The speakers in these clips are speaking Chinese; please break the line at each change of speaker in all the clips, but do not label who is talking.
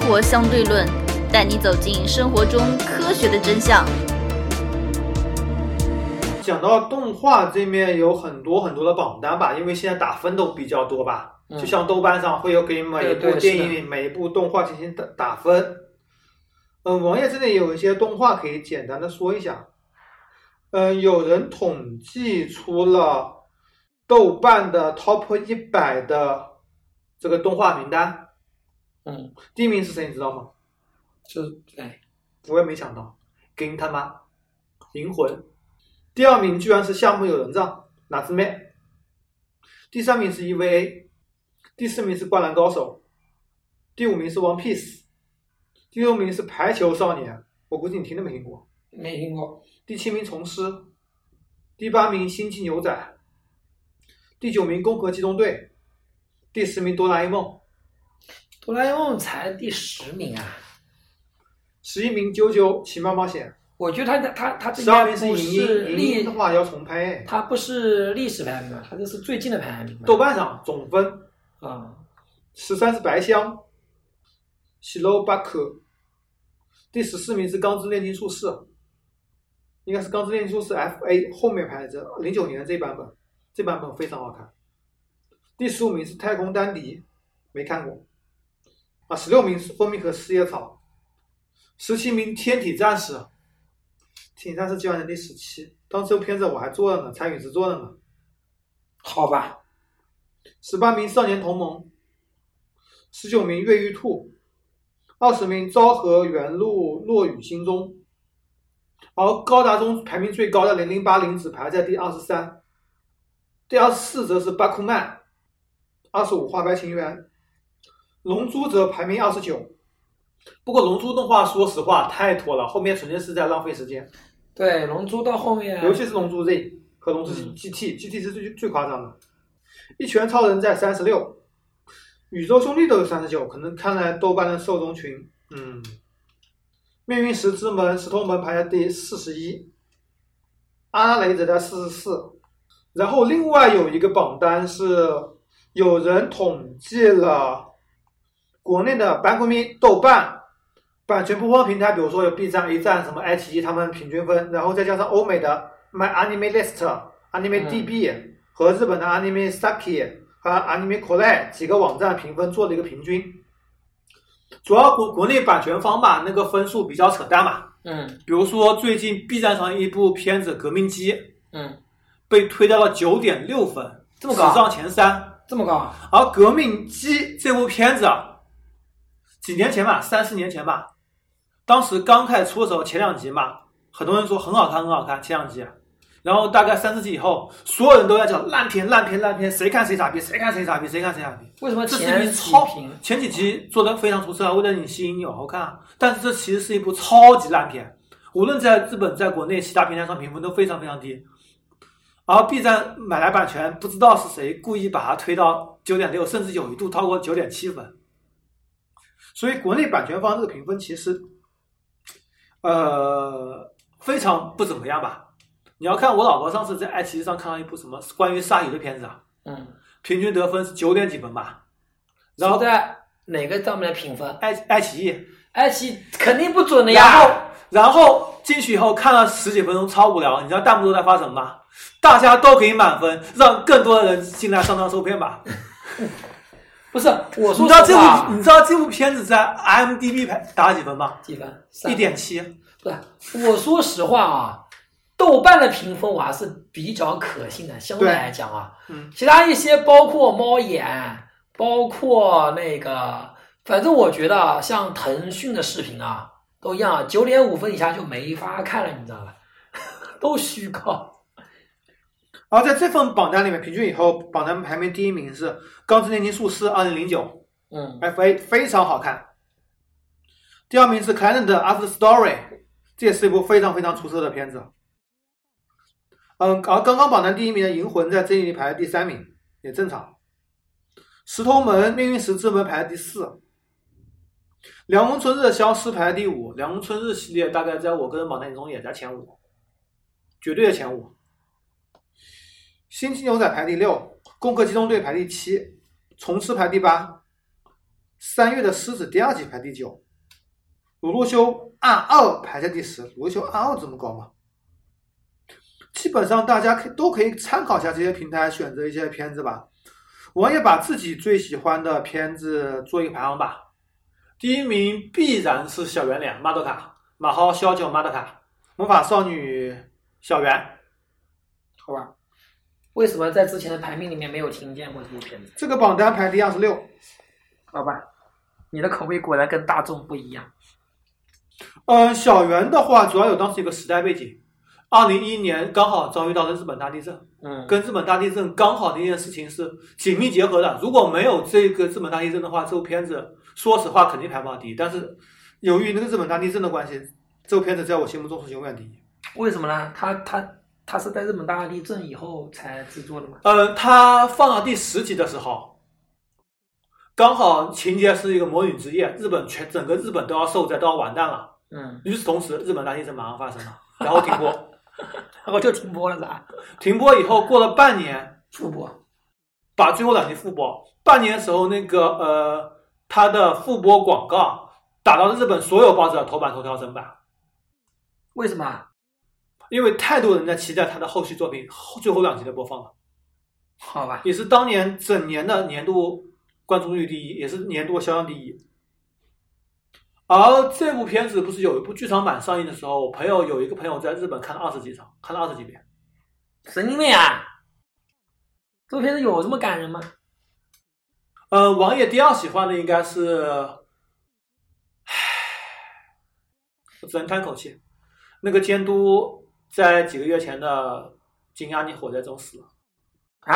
活相对论》，带你走进生活中科学的真相。
讲到动画这面有很多很多的榜单吧，因为现在打分都比较多吧，
嗯
就像豆瓣上会有给每一
对
部
对
电
是的
影、每一部动画进行打打分。嗯，网页这里有一些动画可以简单的说一下。嗯，有人统计出了豆瓣的 Top 一百的这个动画名单，
嗯，
第一名是谁？你知道吗？
就哎，
我也没想到，跟他妈银魂。第二名居然是夏目友人帐，哪只妹？第三名是 EVA，第四名是灌篮高手，第五名是 One Piece，第六名是排球少年，我估计你听都没听过。
没听过。
第七名虫师，第八名星际牛仔，第九名攻壳机动队，第十名哆啦 A 梦，
哆啦 A 梦才第十名啊！
十一名啾啾奇妙冒险，
我觉得他他他这
十二
应
名
该
是
不
银
是
鹰，银
历
鹰的，话要重拍哎。
他不是历史排名吧？他这是最近的排名吧。
豆瓣上总分
啊，
十三是白香，喜楼巴克，第十四名是钢之炼金术士，应该是钢之炼金术士 F A 后面排的这零九年这版本，这版本非常好看。第十五名是太空丹迪，没看过。啊，十六名是蜂蜜和四叶草，十七名天体战士，天体战士居然是第十七，当时这部片子我还做了呢，参与制作了呢。
好吧，
十八名少年同盟，十九名越狱兔，二十名昭和元禄落雨心中，而高达中排名最高的零零八零只排在第二十三，第二十四则是巴库曼，二十五花白情缘，龙珠则排名二十九。不过龙珠动画说实话太拖了，后面纯粹是在浪费时间，
对，啊龙珠到后面，
尤其是龙珠 Z 和龙珠
嗯
GT，GT、是最最夸张的。一拳超人在三十六，宇宙兄弟都有三十九，可能看来豆瓣的受众群，嗯，命运石之门、石头门排在第四十一，阿拉蕾则在四十四，然后另外有一个榜单是有人统计了国内的班国民豆瓣版权播放平台，比如说有 B 站、A 站、什么爱奇艺，他们平均分，然后再加上欧美的 My Anime List、Anime DB、和日本的 Anime Saki 和 Anime c o l l e 几个网站评分做了一个平均。主要国国内版权方吧，那个分数比较扯淡嘛。
嗯
比如说最近 B 站上一部片子《革命机》
嗯，
被推到了九点六分，
这么
史
高
上前三。
这么高啊？
而《革命机》这部片子啊，几年前吧，三四年前吧，当时刚开始出的时候，前两集嘛，很多人说很好看，很好看，前两集。啊然后大概三四集以后，所有人都在讲烂片，烂片，烂片，谁看谁傻逼，谁看谁傻逼，谁看谁傻逼。
为什么
这
前
是一
几嗯
超
评？
前几集做的非常出色，啊，为了你吸引你往后看啊。但是这其实是一部超级烂片，无论在日本、在国内其他平台上评分都非常非常低。而 B 站买来版权，不知道是谁故意把它推到九点六，甚至有一度超过九点七分。所以国内版权方这个评分其实，呃，非常不怎么样吧。你要看我老婆上次在爱奇艺上看到一部什么关于鲨鱼的片子啊，
嗯，
平均得分是九点几分吧，然
然后
后
在哪个上面来评分？
爱爱奇艺
爱奇艺肯定不准的
然后
呀。
然后进去以后看了十几分钟，超无聊。你知道弹幕都在发什么吗？大家都给你满分，让更多的人进来上当受骗吧。
不是，我
你
说
知道这
实
部
话啊
你，知道这部片子在 IMDB 排打了几分吗？
几分？三
一点七。
不是，我说实话啊，豆瓣的评分我还是比较可信的，相对
对
来讲啊，
嗯，
其他一些包括猫眼，包括那个，反正我觉得啊像腾讯的视频啊，都一样啊，九点五分以下就没法看了，你知道吧？ 都虚构。
然后在这份榜单里面，平均以后榜单排名第一名是《钢之炼金术师》，二零零九
嗯
FA 非常好看。第二名是 c l a n 的《After Story》，这也是一部非常非常出色的片子。嗯，而刚刚榜单第一名的《银魂》在这里排第三名，也正常。石头门、命运石之门排第四，凉宫春日的消失排第五。凉宫春日系列大概在我个人榜单中也在前五，绝对的前五。星际牛仔排第六，攻壳机动队排第七，虫师排第八，三月的《狮子》第二季排第九，鲁路修二二排在第十。鲁路修二二这么高吗？基本上大家可以都可以参考一下这些平台，选择一些片子吧。我也把自己最喜欢的片子做一个排行榜，第一名必然是小圆脸马德卡，马豪小九马德卡，魔法少女小圆，好吧。
为什么在之前的排名里面没有听见过这部片子？
这个榜单排第二十六，
好吧，你的口味果然跟大众不一样。
嗯，小圆的话主要有当时一个时代背景，二零一一年刚好遭遇到了日本大地震，
嗯，
跟日本大地震刚好那件事情是紧密结合的。如果没有这个日本大地震的话，这部片子说实话肯定排不上第一。但是由于那个日本大地震的关系，这部片子在我心目中是永远第一。
为什么呢？他他他是在日本大地震以后才制作的吗？
呃，它放到第十集的时候，刚好情节是一个魔女之夜，日本全整个日本都要受灾，都要完蛋了。
嗯，
与此同时，日本大地震马上发生了，然后停播。
然后就停播了是吧？
停播以后，过了半年，
复播。
把最后两集复播。半年的时候，那个呃，它的复播广告打到日本所有报纸的头版头条整版，
为什么？
因为太多人在期待它的后续作品后最后两集的播放了，
好吧，
也是当年整年的年度关注率第一，也是年度销量第一。而这部片子不是有一部剧场版上映的时候，我朋友有一个朋友在日本看了二十几场，看了二十几遍。
神经病啊！这部片子有这么感人吗？
呃，王爷第二喜欢的应该是，唉，我只能叹口气。那个监督在几个月前的金阿尼火灾中死了。
啊？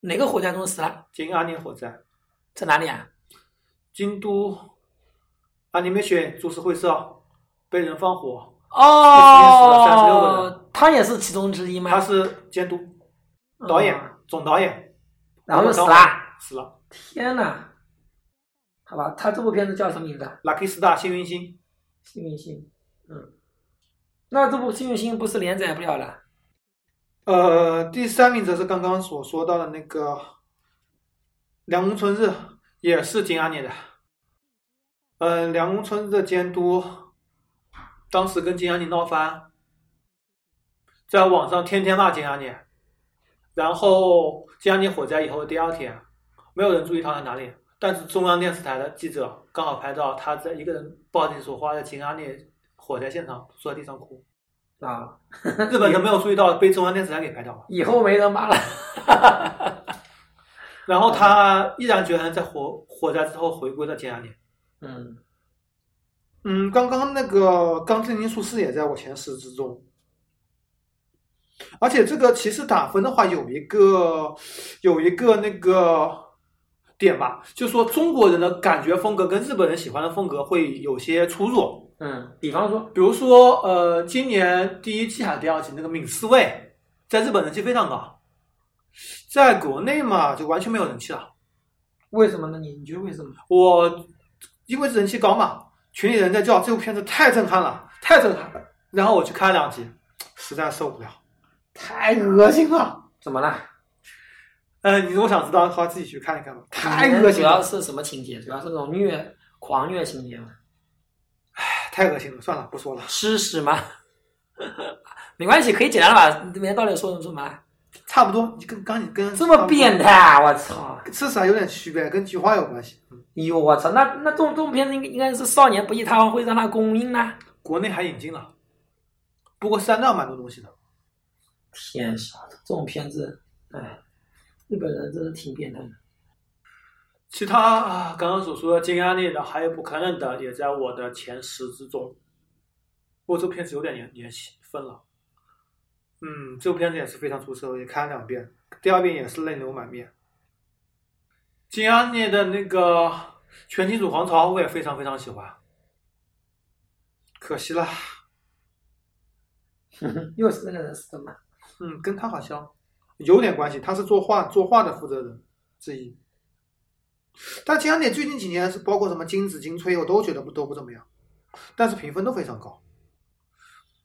哪个火灾中死了？
金阿尼火灾，
在哪里啊？
京都 Animation 株式会社被人放火，36个
哦，他也是其中之一吗？
他是监督、导演、
嗯
总导演，
然后就死
我们刚
了。
死了。
天呐！好吧，他这部片子叫什么名字啊？
Lucky Star 幸运星，
幸运星。嗯，那这部幸运星不是连载不了了？
呃，第三名则是刚刚所说到的那个《凉宫春日》，也是金阿尼的。嗯、凉宫春日的监督当时跟金阿尼闹翻，在网上天天骂金阿尼，然后金阿尼火灾以后的第二天，没有人注意他在哪里，但是中央电视台的记者刚好拍到他在一个人抱紧手花在金阿尼火灾现场坐在地上哭，
啊，
日本人没有注意到，被中央电视台给拍到了。
以后没人骂了。
然后他毅然决然在火火灾之后回归了金安里。
嗯，
嗯，刚刚那个《钢之凝术师》也在我前十之中，而且这个其实打分的话有一个有一个那个点吧，就是说中国人的感觉风格跟日本人喜欢的风格会有些出入。
嗯，比方说，
比如说，呃，今年第一季还是第二季那个《敏思卫》，在日本人气非常高，在国内嘛就完全没有人气了。
为什么呢？你你觉得为什么？
我因为人气高嘛，群里人在叫这部片子太震撼了，太震撼了。然后我去看两集，实在受不了，
太
恶心了。
怎么了？
呃，你如果想知道的话，自己去看一看吧，太恶
嗯主
心
要
了，
是什么情节？主要是那种虐狂虐情节吗？
太恶心了。算了，不说了，
吃屎吗？ 没关系，可以简单了吧？里面到底说什么说什么了？
差不多。你跟刚你跟
这么变，态啊！我操！
吃屎还有点区别，跟菊花有关系。嗯，
哟，我操！那那这种这种片子应该应该是少年不宜，他会让他公映呢。
国内还引进了，不过删掉蛮多东西的。
天杀的，这种片子，哎，日本人真是挺变态的。
其他啊，刚刚所说的金安利的，还有不可能的，也在我的前十之中。不过这部片子有点年年分了。嗯，这部片子也是非常出色，我也看了两遍，第二遍也是泪流满面。金安利的那个《全金属狂潮》，我也非常非常喜欢。可惜啦，
又是那个人死的嘛？
嗯，跟他好像有点关系，他是作画作画的负责人之一。但金安典最近几年是包括什么金子、金吹，我都觉得不都不怎么样，但是评分都非常高。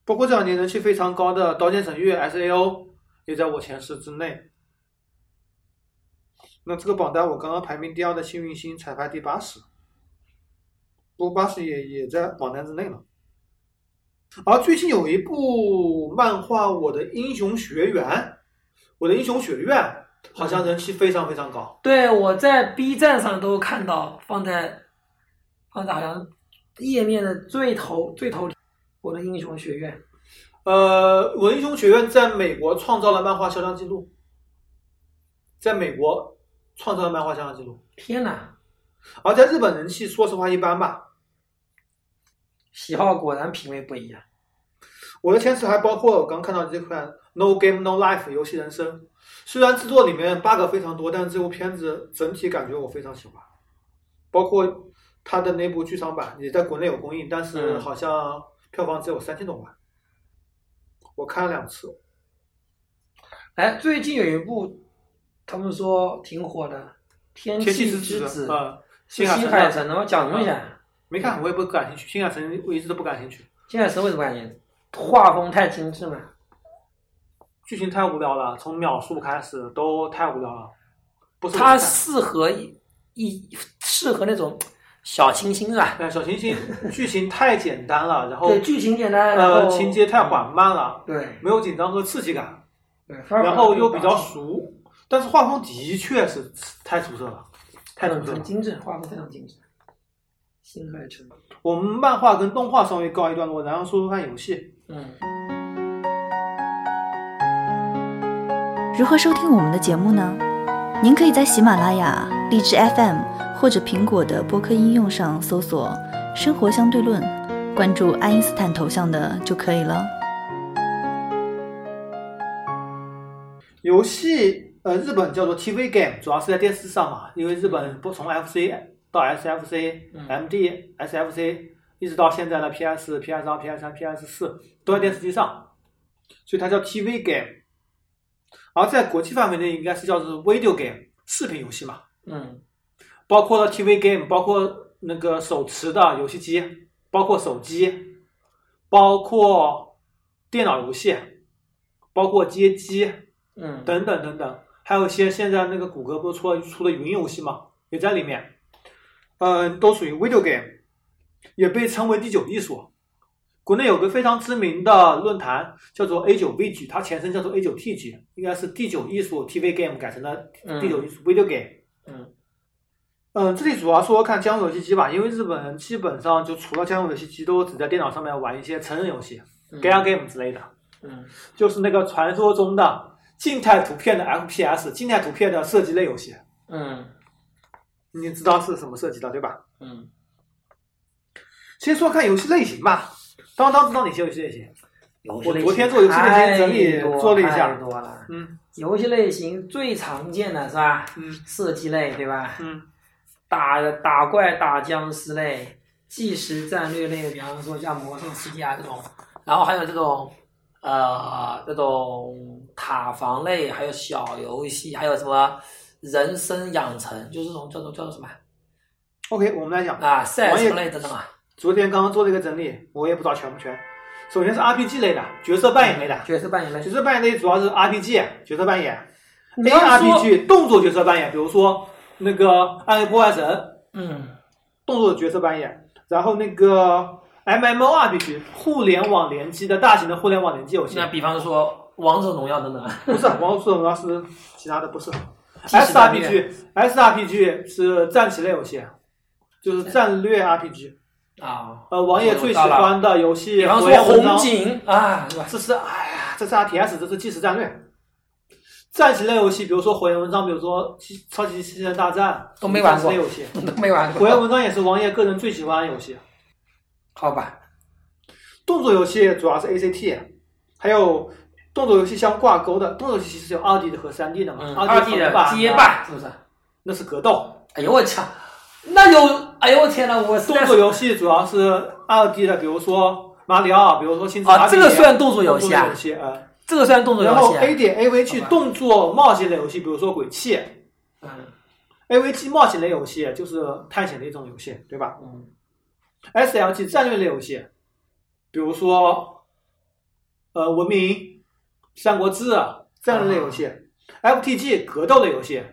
包括这两年人气非常高的《刀剑神域》S A O 也在我前十之内。那这个榜单我刚刚排名第二的幸运星才排第八十，不过八十也也在榜单之内了。而最近有一部漫画《我的英雄学园》，我的英雄学院好像人气非常非常高。
对，我在 B 站上都看到放在放在好像页面的最头最头，我的英雄学院
呃，我的英雄学院在美国创造了漫画销量记录，在美国创造了漫画销量记录，
天哪，
而在日本人气说实话一般吧。
喜好果然品味不一啊样。
我的前十还包括我刚看到这款《No Game No Life》游戏人生，虽然制作里面 bug 非常多，但是这部片子整体感觉我非常喜欢，包括它的那部剧场版也在国内有公映，但是
嗯
好像票房只有三千多万，我看了两次，
哎，最近有一部他们说挺火的《天
《天
气
气之
之子》
啊，
是
新海
新
诚
海
的
诚的吗？啊讲一下。
没看，我也不感兴趣，新海诚我一直都不感兴趣，
新海诚为什么感觉画风太精致嘛？
剧情太无聊了，从秒数开始都太无聊了，不是我
它
看
适合一一适合那种小清新啊，
哎小清新剧情太简单了，然后
对，剧情简单，然
呃
后
情节太缓，慢了，
对
没有紧张和刺激感，
对，
然后又比较俗，但是画风的确是太出色了，太出色了
很。嗯精致，画风非常精致。新海诚，
我们漫画跟动画稍微告一段落，然后说说看游戏。
嗯，
如何收听我们的节目呢？您可以在喜马拉雅、荔枝 FM 或者苹果的播客应用上搜索“生活相对论”，关注爱因斯坦头像的就可以了。
游戏呃，日本叫做 TV game，主要是在电视上嘛，因为日本不从 FC 到 SFC、
嗯
MD、SFC，一直到现在的 PS、PS 二、PS 三、PS 四都在电视机上，所以它叫 TV game。而在国际范围内，应该是叫做 video game 视频游戏嘛，
嗯，
包括了 TV game，包括那个手持的游戏机，包括手机，包括电脑游戏，包括街机。
嗯，
等等等等，还有一些现在那个谷歌不是出了出了云游戏嘛，也在里面，呃，都属于 video game，也被称为第九艺术。国内有个非常知名的论坛叫做 A 九 V 局，它前身叫做 A 九 T 局，应该是第九艺术 TV game 改成了第九艺术 video game。
嗯，
嗯，这里主要说看家用游戏机吧，因为日本人基本上就除了家用游戏机，都只在电脑上面玩一些成人游戏、
嗯
g a m game 之类的。
嗯，
就是那个传说中的静态图片的 FPS，静态图片的射击类游戏，
嗯，
你知道是什么射击的对吧？
嗯，
先说看游戏类型吧，当当知道哪些游戏类型？
我
我昨天做游戏类型整理做了一下
太多了。
嗯
游戏类型最常见的是吧？
嗯
射击类对吧？
嗯
打打怪、打僵尸类、即时战略类，比方说像《魔兽世界》啊这种，然后还有这种呃这种塔防类，还有小游戏，还有什么人生养成，就是这种叫做叫做什么
，OK，我们来讲，
啊赛
网页
车类等等啊，
昨天刚刚做了一个整理，我也不知道全不全。首先是 RPG 类的，角色扮演类的，
角色扮演类
角。色扮演类主要是 RPG 角色扮演
你要说
，ARPG 动作角色扮演，比如说那个《暗黑破坏神》，
嗯
动作角色扮演，然后那个 MMORPG 互联网联机的大型的互联网联机游戏
那，比方说《王者荣耀》等等啊，
不是《王者荣耀》是其他的，不是
即时战略
SRPG SRPG 是战棋类游戏，啊就是战略 RPG。
啊，
呃，王爷最喜
我知道了，
欢的游戏，
比方
火
说
焰文章
红警啊，对吧？
这是哎呀，这是 RTS，这是即时战略。战棋类游戏，比如说《火焰文章》，比如说《机超级机器人大战》，
都没玩过
类游戏。
都没玩
《火焰
过，
文章》也是王爷个人最喜欢的游戏。
好吧？
动作游戏主要是 ACT，还有动作游戏相挂钩的动作游戏是有二 D 的和三 D 的嘛？
嗯，
二
二 D 的
版
街霸是不是？
那是格斗，
哎呦我操，那有，哎呦我天呐，我
动作游戏主要是二 D 的，比如说马里奥，比如说星之卡
啊，
比
这个算动作游戏
动
啊
作游，戏呃，
这个算动作
然
游
后
戏
A
啊。
点 AVG
好吧
动作冒险类游戏，比如说鬼泣
嗯
，AVG 冒险类游戏就是探险的一种游戏，对吧
嗯
？SLG 战略类游戏，比如说呃文明、三国志战略类游戏、FTG 格斗类游戏。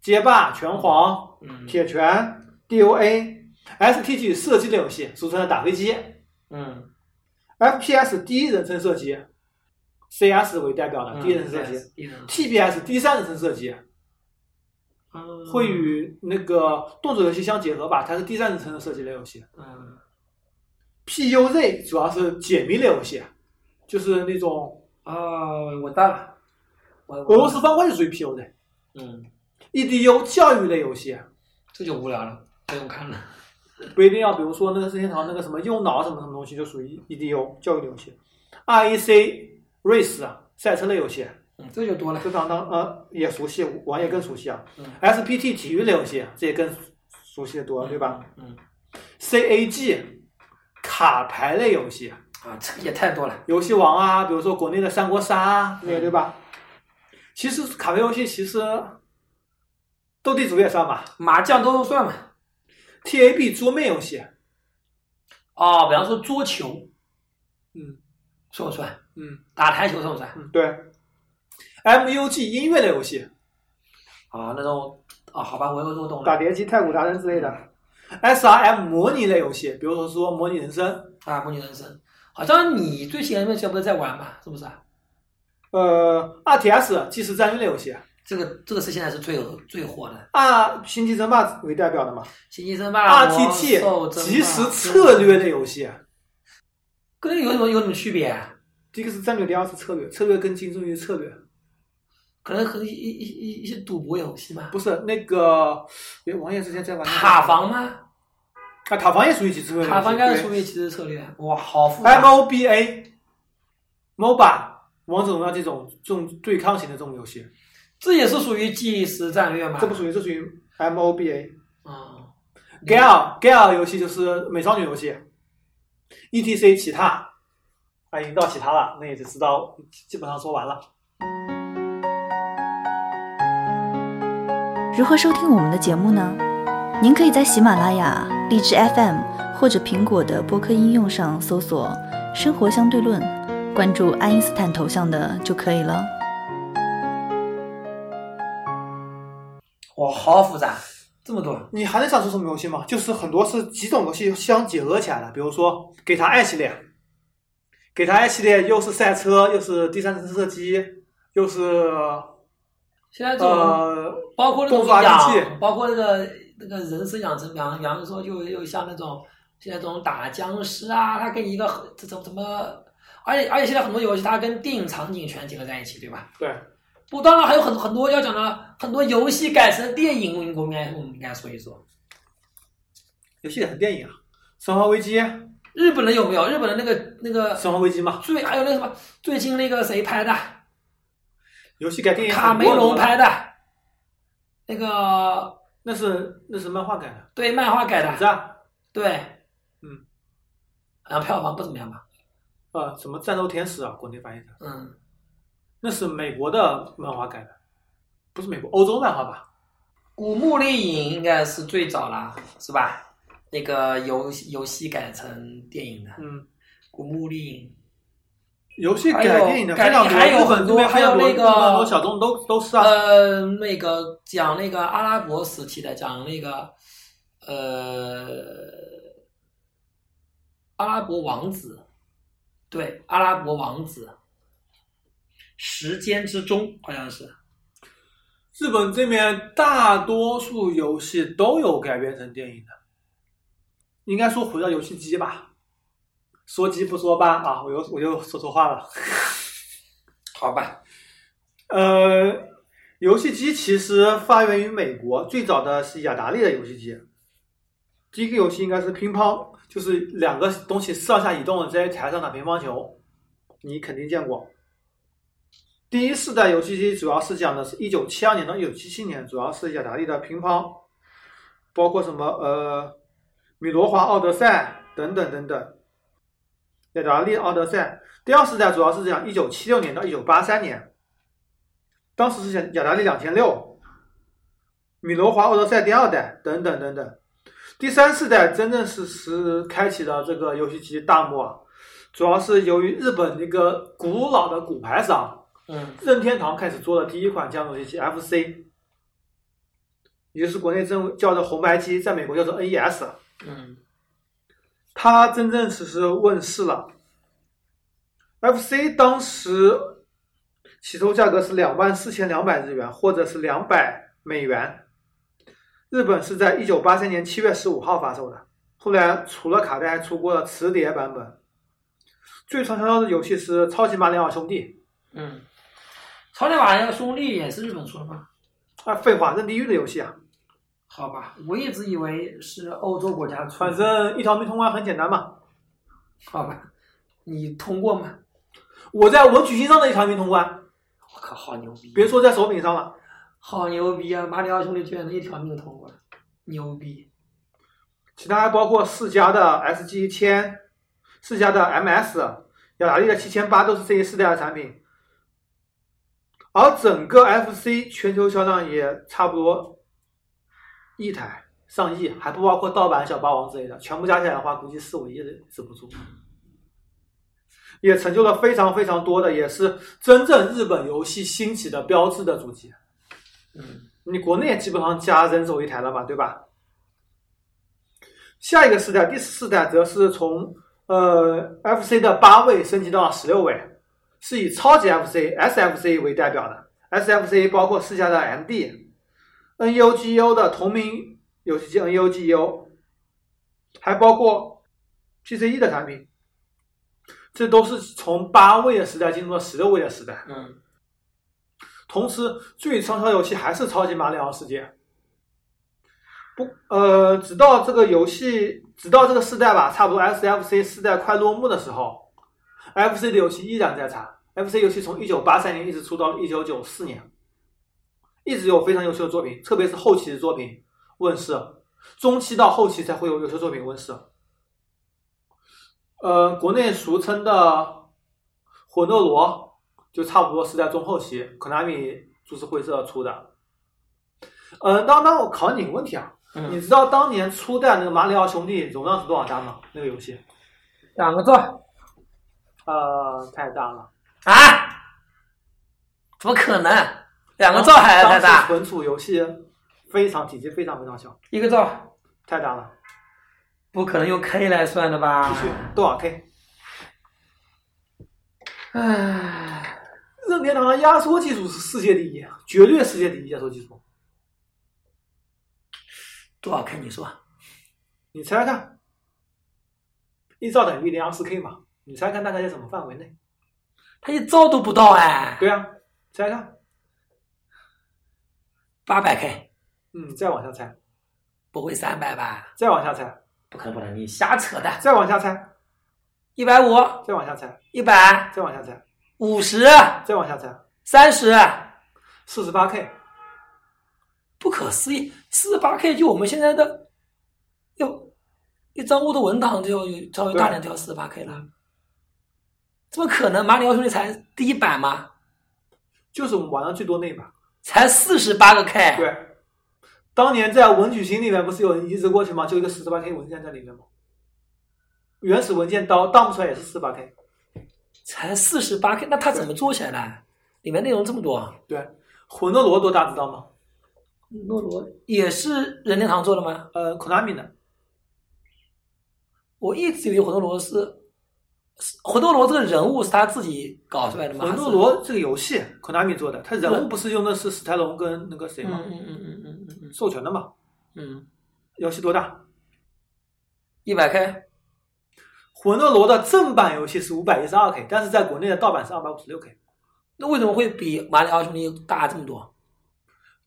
街霸、拳皇、
嗯
铁拳、DOA、STG 射击类游戏，俗称的打飞机
嗯，
；FPS 第一人称射击，CS 为代表的第一人称射击
嗯第一人
；TBS 第三人称射击，
嗯
会与那个动作游戏相结合吧，它是第三人称的射击类游戏。
嗯
PUZ 主要是解谜类游戏，就是那种
哦，我大了，我
俄罗斯方块就属于 PUZ。
嗯，
EDU E 教育类游戏
这就无聊了，不用看了。
不一定要，比如说那个任天堂那个什么用脑什么什么东西，就属于 EDU 教育类游戏。REC race 啊，赛车类游戏，
嗯，这就多了。
这当当呃也熟悉，王爷更熟悉啊。
嗯
SPT 体育类游戏这也更熟悉的多了，对吧？
嗯，
？CAG 卡牌类游戏，
啊，这个也太多了。
游戏王啊，比如说国内的三国杀啊，那些对吧？其实卡牌游戏其实斗地主也算吧
麻将都算嘛。
，TAB 桌面游戏，
哦，比方说桌球
嗯
算不算？
嗯
打台球算不算？
嗯，对，MUG 音乐类游戏，
啊，那种啊，好吧，我又懂
打
了。
碟机、太鼓达人之类的，SRM 模拟类游戏，比如说说模拟人生，
啊，模拟人生，好像你最前面这不是在玩嘛？是不是啊？
呃，RTS 即时战略类游戏，
这个这个是现在是最最火的，
啊，星际争霸为代表的嘛啊
星际争霸、魔兽
，RTT
啊争霸
即时策略类游戏。啊
跟那个有什么有什么区别、啊？
第一个是战略，第二是策略，策略更倾重于策略，
可能和一一一一些赌博游戏嘛，
不是那个，哎，王爷之前在玩那个
塔防吗？
啊，塔防也属于几次策略游戏，
塔防应该是
对哎
属于骑士策略。啊哇，好复杂。
MOBA、MOBA、王者荣耀这种这种对抗型的这种游戏，
这也是属于即时战略嘛？
这不属于这属于 MOBA。
啊、嗯，
GAL GAL 游戏就是美少女游戏，ETC 其他，啊，已经到其他了，那也就知道基本上说完了。
如何收听我们的节目呢？您可以在喜马拉雅、荔枝 FM 或者苹果的播客应用上搜索“生活相对论”，关注爱因斯坦头像的就可以了。
哇，好复杂，这么多。
你还能想出什么游戏吗？就是很多是几种游戏相结合起来的，比如说给它 i 系列，给它 i 系列又是赛车，又是第三人称射击，又是
现在这种、
呃
包括那种
动作
养
机器，
包括那个那个人生养成，比方比方说就又像那种现在这种打僵尸啊，它跟一个很这种什么，而且而且现在很多游戏它跟电影场景全结合在一起，对吧？
对
不，当然还有很很多要讲的，很多游戏改成电影，我们应该我们应该说一说。
游戏也很电影啊，《生化危机》《
日本人有没有？日本的那个那个
生化危机》嘛，
最还有那个什么，最近那个谁拍的？
游戏改电影
卡
很
梅
多很
隆
多的，
拍的，那个
那是那是漫画改的，
对漫画改
什
的，
战
对，
嗯，
然后票房不怎么样吧？
呃什么战斗天使啊，国内翻译的，
嗯，
那是美国的漫画改的，不是美国欧洲漫画吧？
古墓丽影应该是最早啦，是吧？那个游游戏改成电影的
嗯，
古墓丽影，
游戏
还
改
有
电影的
改
非常多，
还有
日本
很
这
多
边非常
还有那
日
个
本很多小众都都是啊。
呃，那个讲那个阿拉伯时期的，讲那个呃阿拉伯王子，对，阿拉伯王子，时间之中好像是，
日本这边大多数游戏都有改编成电影的，应该说回到游戏机吧。说鸡不说吧啊，我又我又说错话了。
好吧，
呃，游戏机其实发源于美国，最早的是雅达利的游戏机。第一个游戏应该是乒乓，就是两个东西上下移动的在台上打乒乓球，你肯定见过。第一世代游戏机主要是讲的是一九七二年到一九七七年，主要是雅达利的乒乓，包括什么呃米罗华奥德赛等等等等。雅达利奥德赛第二世代主要是讲一九七六年到一九八三年，当时是雅雅达利两千六、米罗华奥德赛第二代等等等等。第三世代真正是是开启了这个游戏机大幕啊，主要是由于日本那个古老的骨牌商
嗯
任天堂开始做的第一款这样的游戏机 FC。也就是国内称叫做红白机，在美国叫做 E NES。
嗯
它真真实实问世了。FC 当时起售价格是两万四千两百日元，或者是两百美元。日本是在一九八三年七月十五号发售的，后来除了卡带，还出过了磁碟版本。最畅销的游戏是《超级马里奥兄弟
嗯，超级马里奥兄弟也是日本出的吗？》。
啊，废话，这地狱的游戏啊！
好吧，我一直以为是欧洲国家出的。
反正一条命通关很简单嘛。
好吧，你通过吗？
我在文曲星上的一条命通关，
我靠，好牛逼！啊
别说在手柄上了。
好牛逼啊！马里奥兄弟居然一条命通过了，牛逼！
其他还包括世嘉的 SG 一千、世嘉的 MS、雅达利的七千八，都是这一世代的产品。而整个 FC 全球销量也差不多一台上亿，还不包括盗版、小霸王之类的，全部加起来的话，估计四五亿的止不住。也成就了非常非常多的，也是真正日本游戏兴起的标志的主机。
嗯
你国内也基本上家人手一台了嘛，对吧？下一个世代，第四世代则是从呃 FC 的八位升级到十六位，是以超级 FC、SFC 为代表的。SFC 包括世嘉的 E MD、NUGU 的同名游戏机 E NUGU，还包括 PCE 的产品，这都是从八位的时代进入了十六位的时代。
嗯
同时，最畅销游戏还是《超级马里奥世界》。不，呃，直到这个游戏，直到这个世代吧，差不多 SFC 世代快落幕的时候，FC 的游戏依然在产。FC 游戏从一九八三年一直出到了一九九四年，一直有非常优秀的作品，特别是后期的作品问世，中期到后期才会有优秀作品问世。呃，国内俗称的魂斗罗，就差不多是在中后期，Konami 株式会社出的。嗯，当当，我考你个问题啊，你
嗯，
知道当年初代那个《马里奥兄弟》容量是多少单吗？那个游戏？
两个字啊？
呃，太大了，
怎么可能？两个字啊还
当时
太大？
存储游戏非常体积非常非常小，
一个字
太大了。
不可能用 K 来算的吧
继？续多少 K？
唉，
任天堂的压缩技术是世界第一，绝对世界第一压缩技术。
多少 K？你说
你猜猜看，一兆等于零二四 K 嘛？你猜看大概在什么范围内？
他一兆都不到哎，
对啊，猜猜看，
八百 K
嗯，再往下猜，
不会三百吧？
再往下猜。
不可能，不可能，你瞎扯淡！
再往下猜，
一百五、
再往下猜，
一百、
再往下猜，
五十、
再往下猜，
三十，
四十八 K，
不可思议！四十八 K 就我们现在的，有一张 Word 文档就有稍微大点，就要四十八 K 了。怎么可能？马里奥兄弟才第一版吗？
就是我们玩的最多那一把。
才四十八个 K，
对，当年在文曲星里面不是有人移植过去吗？就一个四十八 K 文件在里面吗？原始文件刀荡不出来也是四十八 K。
才四十八 K，那他怎么做起来的？里面内容这么多，
对，魂斗罗多大知道吗？
诺罗也是任天堂做的吗？
呃，Konami 的，
我一直以为魂斗罗是，是魂斗罗这个人物是他自己搞出来的吗？
魂斗罗这个游戏 Konami 做的，它人物不是用的是史泰龙跟那个谁
还
吗？
是，嗯嗯嗯嗯嗯嗯嗯
授权的嘛。
嗯，
游戏多大？
一百 K，
魂斗罗的正版游戏是五百一十二 K，但是在国内的盗版是二百五十六 K。
那为什么会比马里奥兄弟大这么多？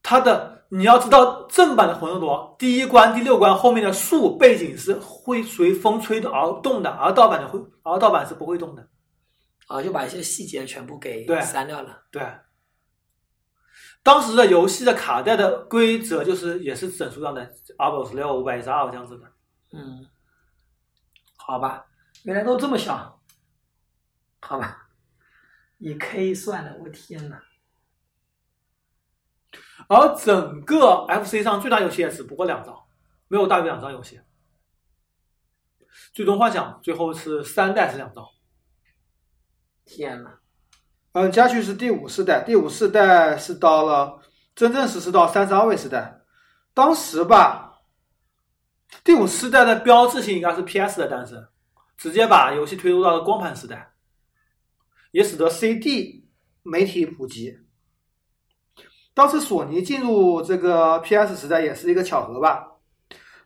它的你要知道，正版的魂斗罗第一关、第六关后面的树背景是会随风吹的而动的，而盗版的会，而盗版是不会动的。
啊，就把一些细节全部给
对
删掉了。
对，当时的游戏的卡带的规则就是也是整数量的，二百五十六、五百一十二这样子的。
嗯，好吧，原来都这么小，好吧，以 K 算的，我天哪！
而整个 FC 上最大游戏也只不过两张，没有大于两张游戏。最终幻想最后是三代是两张。
天呐，
嗯，家具是第五世代，第五世代是到了真正实施到三十二位时代，当时吧，第五世代的标志性应该是 PS 的诞生，直接把游戏推入到了光盘时代，也使得 CD 媒体普及。当时索尼进入这个 PS 时代也是一个巧合吧。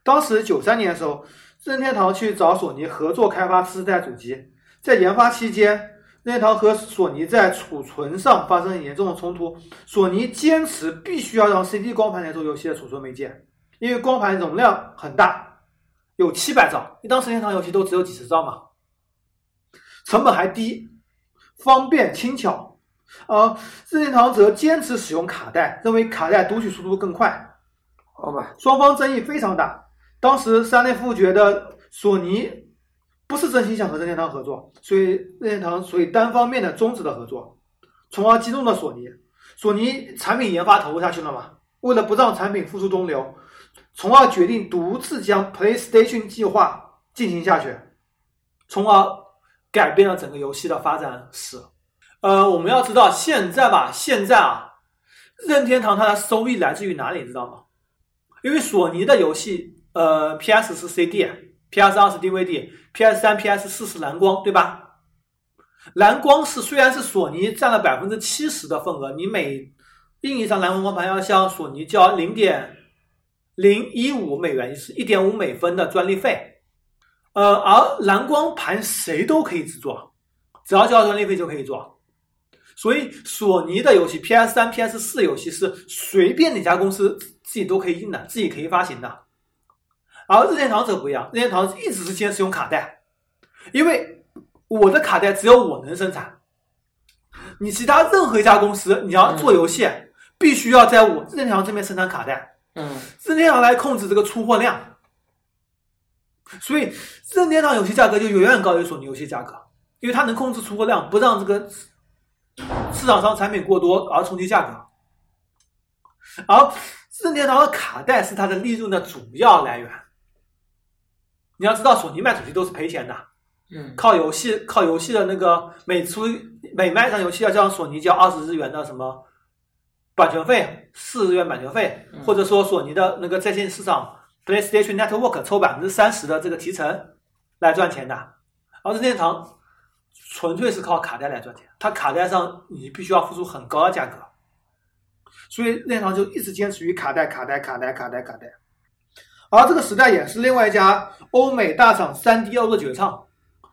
当时九三年的时候，任天堂去找索尼合作开发次世代主机，在研发期间，任天堂和索尼在储存上发生严重的冲突。索尼坚持必须要让 CD 光盘来做游戏的储存媒介，因为光盘容量很大，有七百兆，你当时任天堂游戏都只有几十兆嘛，成本还低，方便轻巧。呃，任天堂则坚持使用卡带，认为卡带读取速度更快。
好吧，
双方争议非常大。当时山内夫觉得索尼不是真心想和任天堂合作，所以任天堂所以单方面的终止了合作，从而激怒了索尼。索尼产品研发投入下去了嘛，为了不让产品付出中流，从而决定独自将 PlayStation 计划进行下去，从而改变了整个游戏的发展史。呃，我们要知道现在吧，现在啊，任天堂它的收益来自于哪里，你知道吗？因为索尼的游戏，呃，PS 是 CD，PS 二是 DVD，PS 三、PS 四是蓝光，对吧？蓝光是虽然是索尼占了百分之七十的份额，你每印一张蓝光光盘要向索尼交零点零一五美元，是一点五美分的专利费。呃，而蓝光盘谁都可以制作，只要交专利费就可以做。所以索尼的游戏 PS 三、PS 四游戏是随便哪家公司自己都可以印的，自己可以发行的。而任天堂则不一样，任天堂一直是坚持用卡带，因为我的卡带只有我能生产，你其他任何一家公司你要做游戏，必须要在我任天堂这边生产卡带，
嗯，
任天堂来控制这个出货量，所以任天堂游戏价格就远远高于索尼游戏价格，因为它能控制出货量，不让这个市场上产品过多而冲击价格。而任天堂的卡带是它的利润的主要来源。你要知道，索尼卖主机都是赔钱的，
嗯，
靠游戏靠游戏的那个每出每卖一场游戏要向索尼交二十日元的什么版权费，四日元版权费，
嗯
或者说索尼的那个在线市场 PlayStation Network 抽百分之三十的这个提成来赚钱的，而任天堂纯粹是靠卡带来赚钱，它卡带上你必须要付出很高的价格，所以任天堂就一直坚持于卡带卡带卡带卡带卡带。而这个时代也是另外一家欧美大厂 3DO 的绝唱，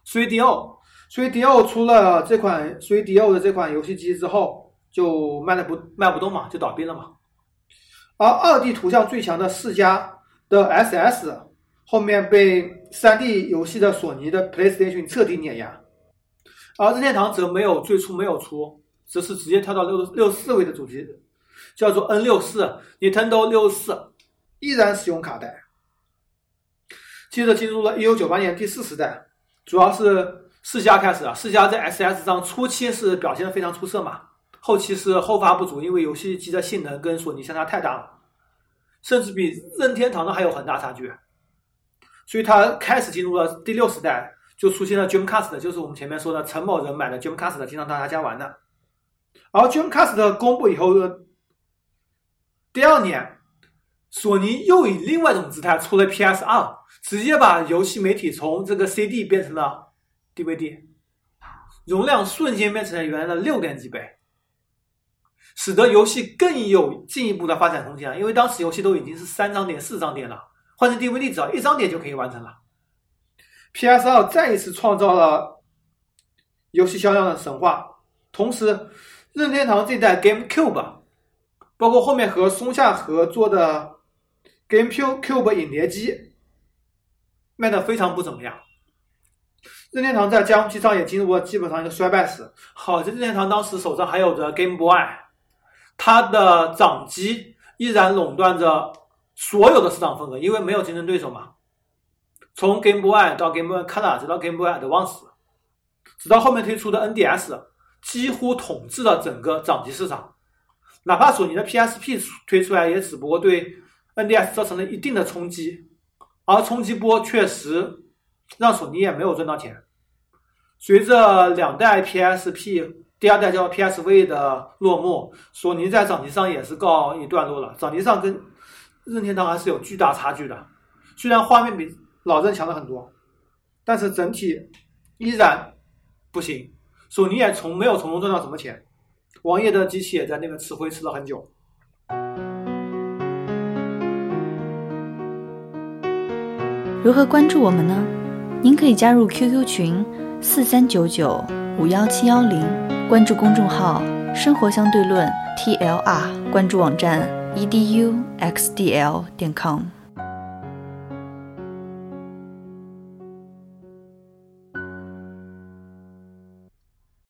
3DO。3DO 出了这款 3DO 的这款游戏机之后，就卖的不卖不动嘛，就倒闭了嘛。而二 D 图像最强的世嘉的 SS 后面被三 D 游戏的索尼的 PlayStation 彻底碾压，而任天堂则没有最初没有出，只是直接跳到六六四位的主机，叫做 N 六四 Nintendo 六四，依然使用卡带。接着进入了一九九八年第四时代，主要是世嘉开始啊，世嘉在 SS 上初期是表现的非常出色嘛，后期是后发不足，因为游戏机的性能跟索尼相差太大了，甚至比任天堂的还有很大差距，所以它开始进入了第六时代，就出现了 Dreamcast，就是我们前面说的陈某人买的 Dreamcast，经常到他家玩的。而 Dreamcast 公布以后的第二年，索尼又以另外一种姿态出了 PS 二，直接把游戏媒体从这个 CD 变成了 DVD，容量瞬间变成了原来的六点几倍，使得游戏更有进一步的发展空间了。因为当时游戏都已经是三张碟、四张碟了，换成 DVD 只要一张碟就可以完成了。PS 二再一次创造了游戏销量的神话，同时任天堂这代 GameCube 包括后面和松下合作的 GameCube 影碟机，卖的非常不怎么样。任天堂在家用机上也进入了基本上一个衰败史。好在任天堂当时手上还有着 Game Boy，它的掌机依然垄断着所有的市场份额，因为没有竞争对手嘛。从 Game Boy 到 Game Boy Color，直到 Game Boy Advance，直到后面推出的 NDS，几乎统治了整个掌机市场。哪怕索尼的 PSP 推出来，也只不过对 NDS 造成了一定的冲击，而冲击波确实让索尼也没有赚到钱。随着两代 PSP，第二代叫 PSV 的落幕，索尼在掌机上也是告一段落了。掌机上跟任天堂还是有巨大差距的。虽然画面比老任强了很多，但是整体依然不行。索尼也从没有从中赚到什么钱，王爷的机器也在那边吃灰吃了很久。
如何关注我们呢？您可以加入 QQ 群四三九九五幺七幺零，关注公众号“生活 E 相对论 ”TLR，关注网站 eduxdl 点 com。